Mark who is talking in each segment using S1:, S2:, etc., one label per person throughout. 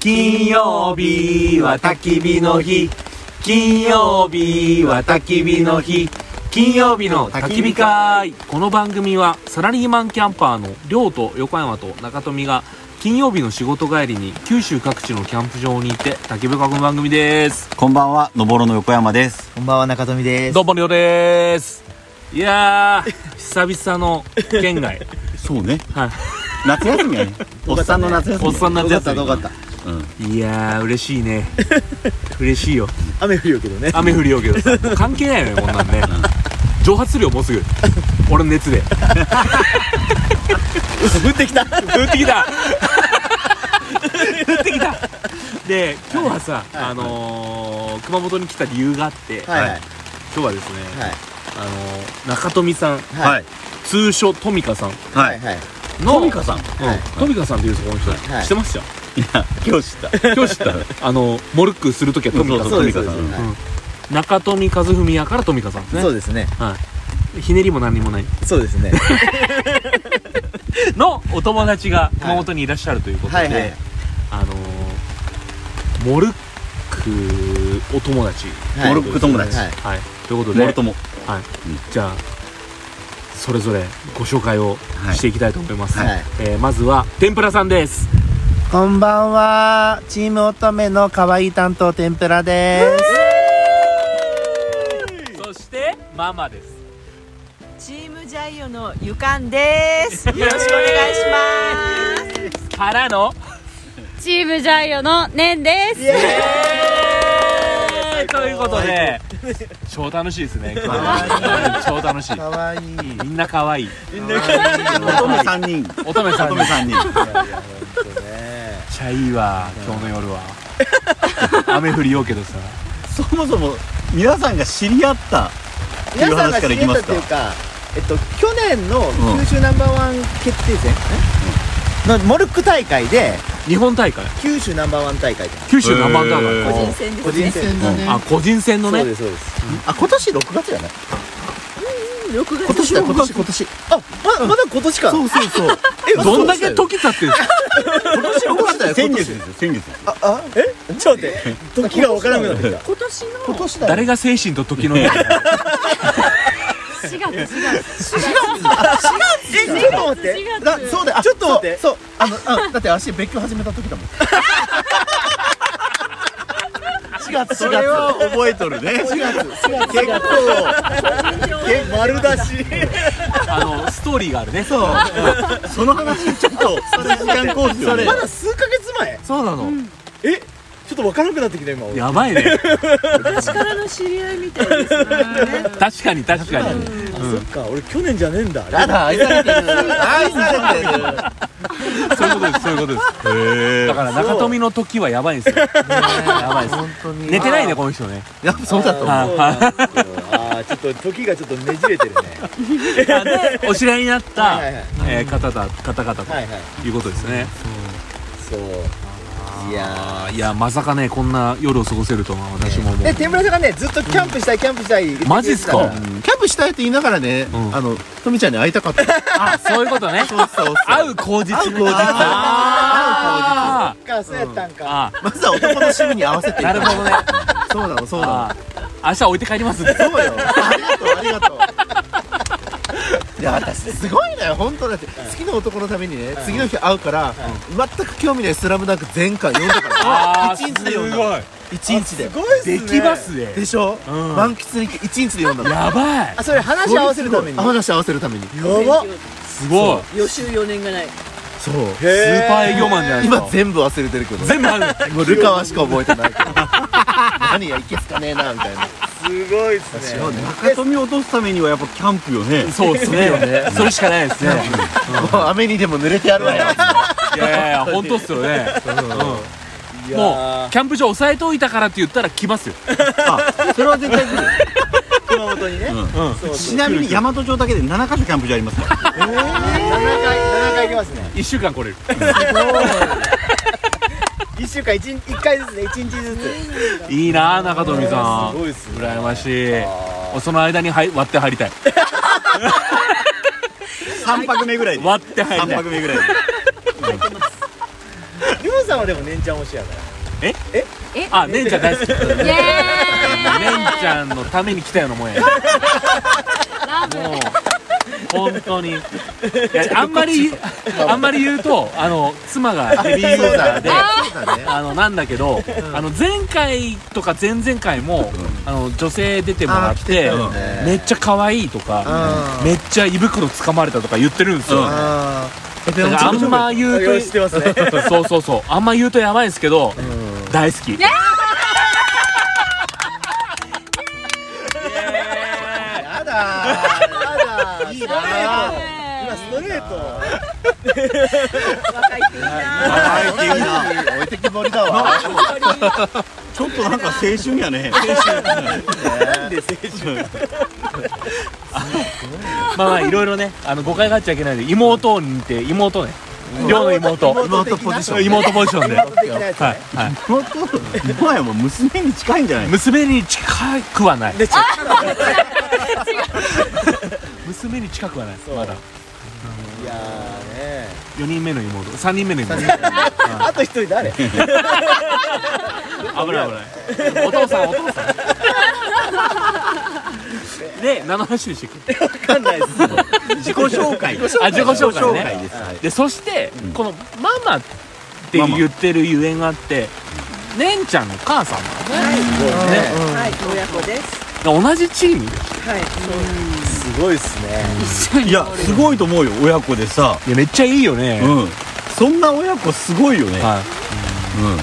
S1: 金曜日は焚き火の日金曜日は焚き火の日金曜日の焚き火会この番組はサラリーマンキャンパーの亮と横山と中富が金曜日の仕事帰りに九州各地のキャンプ場に行って焚き火を囲む番組です
S2: こんばんは、のぼろの横山です。
S3: こんばんは中富です。
S1: どうも亮ですいや ー久々の県外
S2: そうね。
S1: はい
S2: 夏休みやね。 おっさんの夏休み。
S1: おっさんの夏休み
S2: どうかった、どうかっ
S1: いやー嬉しいね嬉しいよ
S3: 雨降るよけどね。
S1: 雨降りようけどさもう関係ないよねこんなんね蒸発量もうすぐ俺の熱で
S3: 降ってきた。
S1: 降ってきた降ってきたで今日はさ、あのー、熊本に来た理由があって、
S3: はいはい
S1: 今日はですね、あのー、中富さん
S2: た。はい。
S1: 通称トミカさん
S2: は
S3: はいい。はい。
S1: の
S2: トミカさん。い
S1: うんトミカさんっていうそこの人、
S3: はい
S1: してま した
S2: や、今日知った。
S1: 今日知ったあのモルックするときはトミカさん
S2: そうです
S3: そうです
S2: トミカさん
S1: うん中富和文やからトミカさんですね
S3: そうですね。
S1: はい、ひねりも何にもない
S3: そうですね。
S1: のお友達が熊本にいらっしゃるということで、
S3: はいはいはい
S1: あのー、モルックお友達、
S3: はい
S2: モルック友達。
S3: はい
S1: はい、ということで
S2: モルトモ。
S1: はい、じゃあそれぞれご紹介を
S2: はい
S1: していきたいと思います、
S3: はい
S1: えーまずは天ぷらさんです
S3: こんばんは。チーム乙女の可愛い担当天ぷらです。
S1: そしてママです
S4: チームジャイオのゆかんです。よろしくお願いしま
S1: からの
S5: チームジャイオのねんです。
S1: えーということで超楽しいです ね今日超楽しい
S3: 可愛い。
S1: みんな可愛い
S2: 乙女三人。
S1: 乙女さん
S2: 乙
S1: に
S2: 女三
S1: め
S2: 人。
S1: っちゃいいわ今日の夜 は雨降りようけどさ
S2: そもそも、皆さんが知り合った。
S3: 皆さんが知り合ったというか、えっと去年の九州ナンバーワン決定戦のモルック大会で
S1: 日本大会
S3: 九州ナンバーワン大会で
S1: 九州ナンバーワン
S2: へ
S1: 大
S2: ー
S1: 会
S4: す。人選
S3: 個人戦だ
S1: あ個人戦の
S3: そう
S1: ね
S3: ですそうです。あ今年六月じゃない。
S4: 六月
S3: 今年だ今年今年。あままだ今年か。
S2: そうそう。
S3: え
S1: どんだけ時経ってるんですか
S3: 今年六月だよ
S2: 先月ですよ、先月ですよ。
S3: あえちょっと待って時が分からなくなってきた
S4: 今年の
S3: 今年だよ
S1: 誰が精神と時のね
S5: 4月4月。
S3: えちょっと待って
S5: 4月
S3: だそうだよちょっと待ってそうあのあだって足別居始めた時だ もん4月
S2: そ
S3: 4
S2: れ
S3: 月
S2: は覚えとるね。
S3: 4月4月 結構え丸出し
S1: あのストーリーがあるねそう
S2: その話、ちょっと、それ時間講師よね
S3: ま。だ数ヶ月前
S1: そうなの
S3: えちょっと分からなくなってきた今俺
S1: やばいね
S4: 昔からの知り合いみたいですね。
S1: 確かに確かに
S3: あそっか俺去年じゃねえんだあ
S2: や
S3: れ
S2: だ、愛されてる。 愛されてる。
S1: そういうことですそういうことです
S2: へ
S1: だ
S2: え。
S1: から中富の時はやばいんですよやばいです寝てないねこの人ね
S2: やっぱそうだと思う。
S1: は
S3: あ
S1: い
S3: ーちょっと時がちょっとねじれて るね
S1: お知り合いになった
S3: はいはい
S1: えー方々方々
S3: はいはい
S1: ということですね
S3: そういやー
S1: あーいやまさかねこんな夜を過ごせるとは私も思う
S3: で天ぷらさんがねずっとキャンプしたいキャンプしたい言ってく
S1: マ
S3: れてたら
S1: ジっすか
S2: うんキャンプしたいって言いながらね、
S1: ん
S2: あの、とみちゃんに会いたかった。
S1: あそういうことね
S2: そうそうそう。
S1: 会う口実
S2: 会う口実
S1: あ
S3: そっかそうやったん
S1: ー
S3: か
S1: あ
S2: まずは男の趣味に合わせて。
S1: ーなるほどね
S2: そうなの、そうな
S1: あー明日置いて帰ります
S2: の。そうよ。ありがとう、ありがと う。いや、私、すごいね、本当だって、好きな男のためにね、次の日会うから、全く興味ないスラムダンク全巻読んだ から、
S1: あー
S2: 一日で読んだ。
S1: い
S2: 一日で。
S3: ごいっすね
S1: できますね
S2: でしょ
S1: うん
S2: 満喫に一日で読んだの。
S1: やばい
S3: あそれ話合わせるためにやば
S2: 話合わせるために。
S3: っ
S1: すごい
S4: 予習四年がない。
S2: そう。
S3: ス
S1: スーパー営業マンじゃないです
S2: 今
S1: か
S2: 全部忘れてるけど。
S1: 全部ある
S2: もうルカワしか覚えてないけど何やいけつかねえなみたいな
S3: すごいっすね
S2: 中富を落とすためにはやっぱキャンプよね
S1: そうですねそれしかないですね
S2: もう雨にでも濡れてやるわよ
S1: いやいやいや本当っすよね
S3: い
S1: うん
S3: や
S1: も
S3: ー
S1: うキャンプ場押さえておいたからって言ったら来ますよ
S2: それは絶対来る
S3: 熊本にね
S1: うん
S3: そうそう
S2: ちなみに大和町だけで7カ所キャンプ場ありますから
S3: 7回7回行きますね
S1: 1週間来れる
S3: 1週間 1, 1回ずつね1日ずつ
S1: いいなあ中富さん
S3: すごいっすね
S1: 羨ましいその間にはい割って入りたい
S2: 3泊目ぐらいで
S1: 割って入り
S2: 3
S1: たい
S2: 泊目ぐらいで
S3: りょうさんはでも年ちゃん推しやから
S1: あ、ねんちゃん大好き。ねん
S5: イエーイ
S1: ちゃんのために来たようなもんや。
S5: ラブ
S1: もう本当にいやあんまりあんまり言うとあの妻がヘビーユーザーであ
S6: そうだね
S1: のなんだけど、あの前回とか前々回も、あの女性出てもら
S6: あー
S1: っ
S6: 来てた
S1: て、
S6: よ
S3: ね
S1: めっちゃ可愛いとか
S6: あ、ー
S1: めっちゃ胃袋掴まれたとか言ってるんですよ、
S2: うん
S1: だ
S6: あーで
S1: か
S6: も
S1: らあんま言う
S3: 応援し
S1: と
S3: てますね
S1: そうそうそうあんま言うとやばいんですけど、大好き
S3: やだーやだーいいなー今ストレート
S4: 若いっていいな
S2: あーいいな
S6: 置いてきぼりだわ
S2: ちょっとなんか青春やね
S3: なんで青春
S1: まあまあいろいろねあの誤解があっちゃいけないんで妹に似て妹ね両の妹
S6: 妹ポジション
S1: 妹ポジションでは
S3: できないやつね、
S1: い、はい
S2: もっと今やもう娘に近いんじゃない
S1: 娘に近くはない
S3: でちょっ
S1: 娘に近くはない
S3: と
S1: まだ
S3: いやーね
S1: 4人目の妹3人目の妹危
S3: あと一人誰
S1: ない危ないお父さんお父さんで何の話でしたっけ
S3: わかんないです
S2: 自己紹介
S1: あ自己紹介
S2: 自己
S1: ね
S2: ですはい
S1: でそして、このママって言ってるゆえんがあってねんちゃんのお母さんなのね,、ね
S4: はい親子です
S1: 同じチーム
S4: はいそう
S3: すごいっすね
S2: いやすごいと思うよ親子でさ
S1: いやめっちゃいいよね、
S2: うんそんな親子すごいよね
S1: はい
S2: うん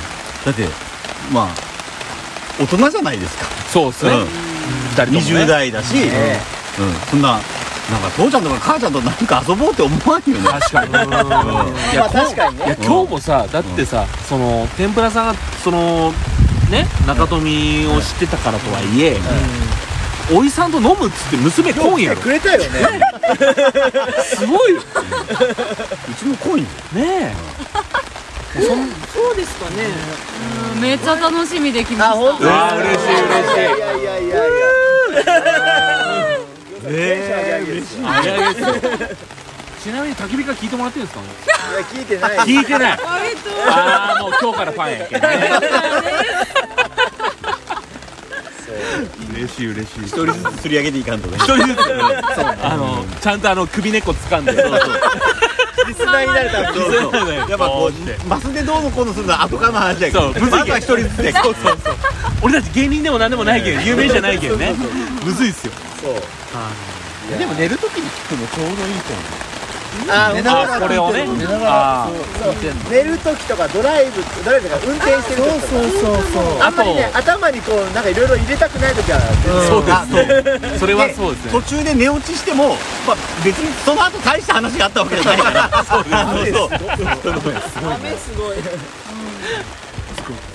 S2: だってまあ大人じゃないですか
S1: そうっすね、
S2: うん
S1: 二人ともね
S2: 20代だし
S3: ね
S2: うんそんななんか父ちゃんとか母ちゃんとなんか遊ぼうって思わんよね
S1: 確かにいや
S3: まあ確かに
S1: いや
S3: ね
S1: 今日もさだってさ、その天ぷらさんがそのね中富を知ってたからとはいえ、おいさんと飲むっつって娘今夜やろ
S3: くれたよね
S1: すごいよ
S2: うちも濃いんだよ
S1: ね
S4: そうですかね
S5: うんめっちゃ楽しみできま
S3: あ
S5: し
S3: 本
S5: た
S3: 当
S1: うわー嬉しい嬉しい
S3: いやいやいやいやいやねえ嬉しいいや
S1: えあれ ちなみに焚き火から聞いてもらってるんですかね
S3: 聞いてない
S1: 聞いてないああもう今日からファンやけんね嬉しい嬉しい
S2: 一人ずつ釣り上げていかんとね
S1: 一人ずつあのちゃんとあの首根っこ掴んで
S3: リスナーになるために
S2: そうそうやっぱこうマスでどうのこうのするのは後からの話やけ
S1: そうむず
S2: ど
S1: いけど
S2: まずは一人ずつでそうそうそう
S1: 俺たち芸人でも何でもないけど有名じゃないけどねむずいっすよ
S3: そう
S6: でも寝るときに聞くのちょうどいいと思
S3: あ
S6: う寝なが
S1: あ
S6: ら
S1: これをね
S6: 寝ながら
S1: あ
S3: そう寝る時とかドライブドライブとか運転してる時とか
S6: そうそうそう
S3: あんまりね頭にこうなんかいろいろ入れたくない時は
S6: うん
S1: そうですねそれはそうですね
S2: 途中で寝落ちしても、まあ、別にその後大した話があったわけじゃないからそうそう
S4: 雨すごい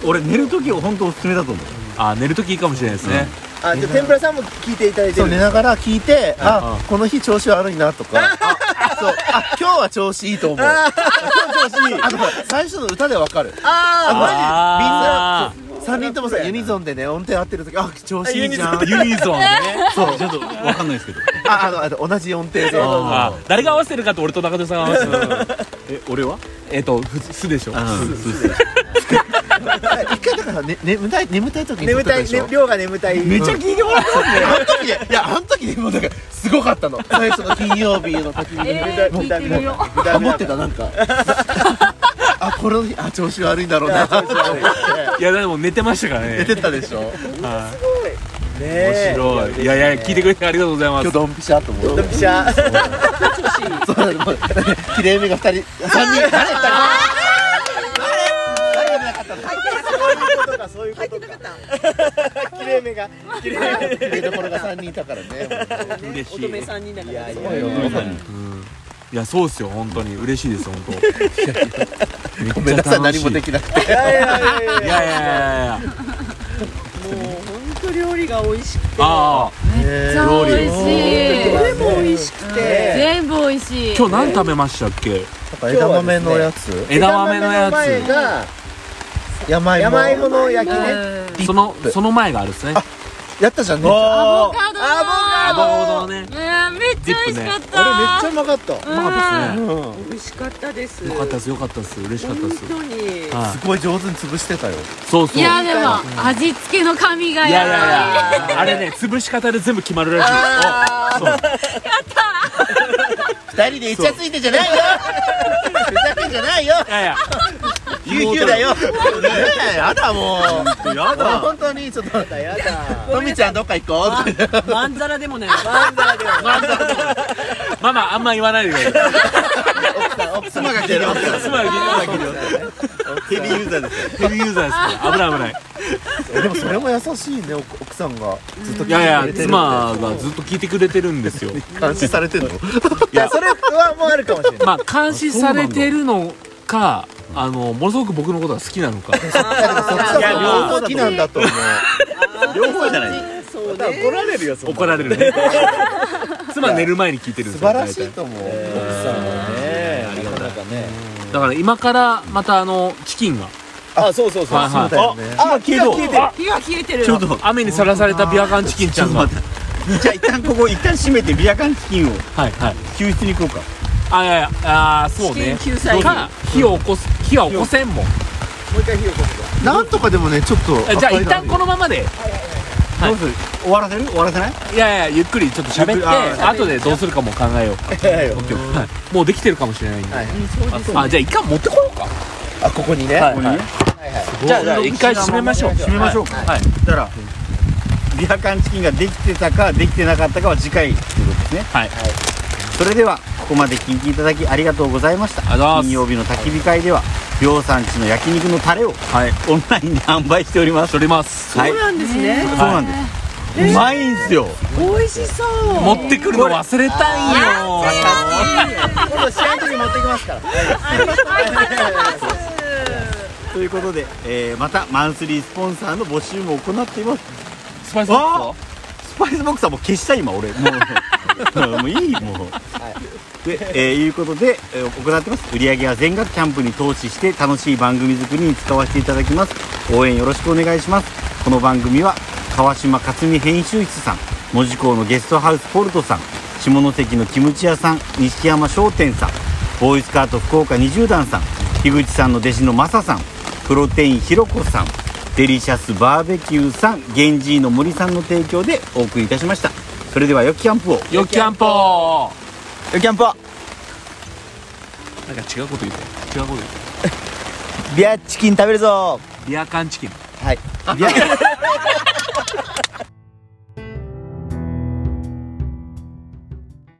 S2: 俺寝る時は本当おすすめだと思う
S1: あ寝るときいいかもしれないですね
S3: あじゃあ天ぷらさんも聞いていただいて
S6: そう
S3: る
S6: 寝ながら聞いてあ
S1: う
S6: この日調子悪いなとかあそうあ今日は調子いいと思う今日調子いいあとほら最初の歌でわかる
S3: あ
S1: あ
S6: 3人ともさユニゾンでね音程合ってる時あ調子いいじゃん
S1: ーユニゾンね
S2: そうちょっと分かんないですけど
S6: ああのあの同じ音程で
S1: あー誰が合わせてるかって俺と中田さんが合わせてる
S2: え俺は
S1: えっとふすでしょ
S2: うんそうそう
S6: 一回だから、ね、眠たい眠たい時
S3: マ
S6: に撮っ
S3: ジ眠
S6: た
S3: た
S6: で
S3: い
S6: しょ
S3: ね量が眠たい
S6: ゃ聞いてもらったんだよ。あの時ね、いや、あの時ね、もうなんか、すごかったの。最初の金曜日の焚き火
S5: え
S6: で。
S5: ー聞いてみよう
S3: ダ
S6: あ、
S3: メ
S6: 持
S3: だ
S6: ってた、なんか。あ、この日、あ、調子悪いんだろうな。
S1: いやでも寝てましたからね
S6: 出てたでしょ。
S1: は
S3: 面
S1: い面白いいやいや聞いてくれてありがとうございま
S6: 今日
S1: す
S6: ドンピシャと思って
S3: ドン。ピシャ
S6: そうな の。綺麗めが二人、三人、誰二人。
S3: そういうことかそういうことか 綺麗めが綺麗め
S6: 入れどころが三人いたからね。
S1: 嬉し
S4: 乙女
S1: い
S4: さんにだか
S3: い
S4: ら
S3: やい
S4: ね
S3: や
S1: いやそうっすよ本当に嬉しいです本当
S6: ごめんなさい、何もで
S1: き
S6: きなくて。
S3: いやいやい
S1: いやい
S3: や
S1: やいやいや
S4: もう本当料理が美味しくて
S1: ああ
S5: めっちゃ美味
S4: ど
S5: しい
S4: れも美味しくて
S5: 全部美味しい
S1: 今日何食べましたっけ
S6: 枝豆のやつ。
S1: 枝豆のや
S3: 枝豆の前
S1: つ
S3: が
S6: 山芋。
S3: 山芋の焼き
S5: う
S3: ね
S5: ん
S1: そのその前があるっすね
S6: やったじゃんね。
S5: アボカド
S3: ア
S5: ア
S1: アボカドをね
S5: めっめっちゃ美味しかっ
S6: あれめっちゃ
S5: た
S6: うまかった、
S5: う
S1: うまかったで
S6: うん
S1: すね
S4: 美味しかったです
S1: よかったですよかったです嬉しかったで
S4: 本
S1: す
S4: 当に
S1: は
S6: すごい上手に潰してたよ
S1: いそうそう
S5: いやでも味付けの神が
S1: いやいや
S5: やば
S1: い
S5: い
S1: やあれね潰し方で全部決まるらしい
S2: 二人でイチャついてんじゃないよふざけんじゃないよ
S1: いやいや
S2: 悠々だよ
S6: えやだもう
S2: やだ本当にちょっと
S3: やだ
S2: のみちゃんどっか行こうって
S4: まんざらでもない
S3: 漫才では
S1: ママあんま言わないでください
S2: 妻が来てる
S1: 妻が聞いて
S2: ヘビーユーザーですよ
S1: ヘビーユーザーですから危ない危ない
S6: でもそれも優しいね奥奥さんがずっと聞いてくれてるって
S1: いやいや妻がずっと聞いてくれてる んですよ
S6: 監視されて んの
S3: いやそれはもうあるかもし れない
S1: まあ監視されてるのかあのものすごく僕のことが好きなのか
S6: そっち
S2: いや両
S6: だ
S2: 方
S6: と好きなんだと思う
S2: 両方じゃない
S4: そう
S3: だから
S4: ね
S3: 怒られるよそんな
S1: 怒られるね妻寝る前に聞いてるん
S6: 素
S1: ですよ
S6: 晴らしい
S1: 大体
S6: と思う、
S3: 奥さんはねありがたね
S1: だから今からまたあのチキンが
S3: あそうそうそう
S1: はいは
S6: そ
S1: い
S6: うだよね
S3: あ消えてる
S4: 火が消えてる
S2: ちょっと
S1: 雨にさらされたビアガンチキンち
S2: ち
S1: ゃ
S2: ょっ
S1: ん
S2: と
S1: が
S2: 待ってじゃあ一旦ここ一旦閉めてビアガンチキンを
S1: はいはい
S2: 救出に行こうか
S1: あいやいやあーそうね
S4: チキン救済
S1: か火を起こす火は起こせんもん
S3: もう一回火を起こす
S6: なんとかでもねちょっと
S1: えじゃあ一旦このままではい
S2: どうする終わらせる終わ らせない
S1: いやいやゆっくりちょっと喋って
S2: ゆっくりあー
S1: 後でどうするかも考えよう
S3: わ
S1: はいもうできてるかもしれないんで
S3: はい
S1: あじゃあ一回持ってこようか
S3: あここにね
S1: はい
S2: ここにね
S3: はいはい
S1: じゃあじゃあ一回閉めましょう
S3: 閉
S2: めましょう
S1: はいはい
S2: だからビアガンチキンができてたかできてなかったかは次回ということですね
S1: はい
S2: それではここまで聞いていただきありがとうございました
S1: ありがとうございます
S2: 金曜日の焚き火会では量産地の焼肉のタレを
S1: はい
S2: オンラインで販売しております
S1: 撮ります
S2: はい
S4: そうなんですね
S2: そうなんです、うまいんすよ
S4: 美味しそう
S1: 持ってくるの忘れたんよ
S3: 今度試合の時持ってきますから
S2: ということで、えーまたマンスリースポンサーの募集も行っています
S1: スパイス
S2: あスパイスボックスはもう消した今俺もう もういいもう、で、えーいうことで、えー行ってます売り上げは全額キャンプに投資して楽しい番組作りに使わせていただきます応援よろしくお願いしますこの番組は川島克美編集室さん門司港のゲストハウスポルトさん下関のキムチ屋さん錦山商店さんボーイスカート福岡20段さん樋口さんの弟子のマサさんプロテインひろこさんデリシャスバーベキューさんゲンジーの森さんの提供でお送りいたしましたそれではよきキャンプを
S1: よきキャンポ
S3: キャンプ
S1: ーなんか違うこと言って違うこと言って
S3: ビアチキン食べるぞ
S1: ビアカンチキン
S3: はい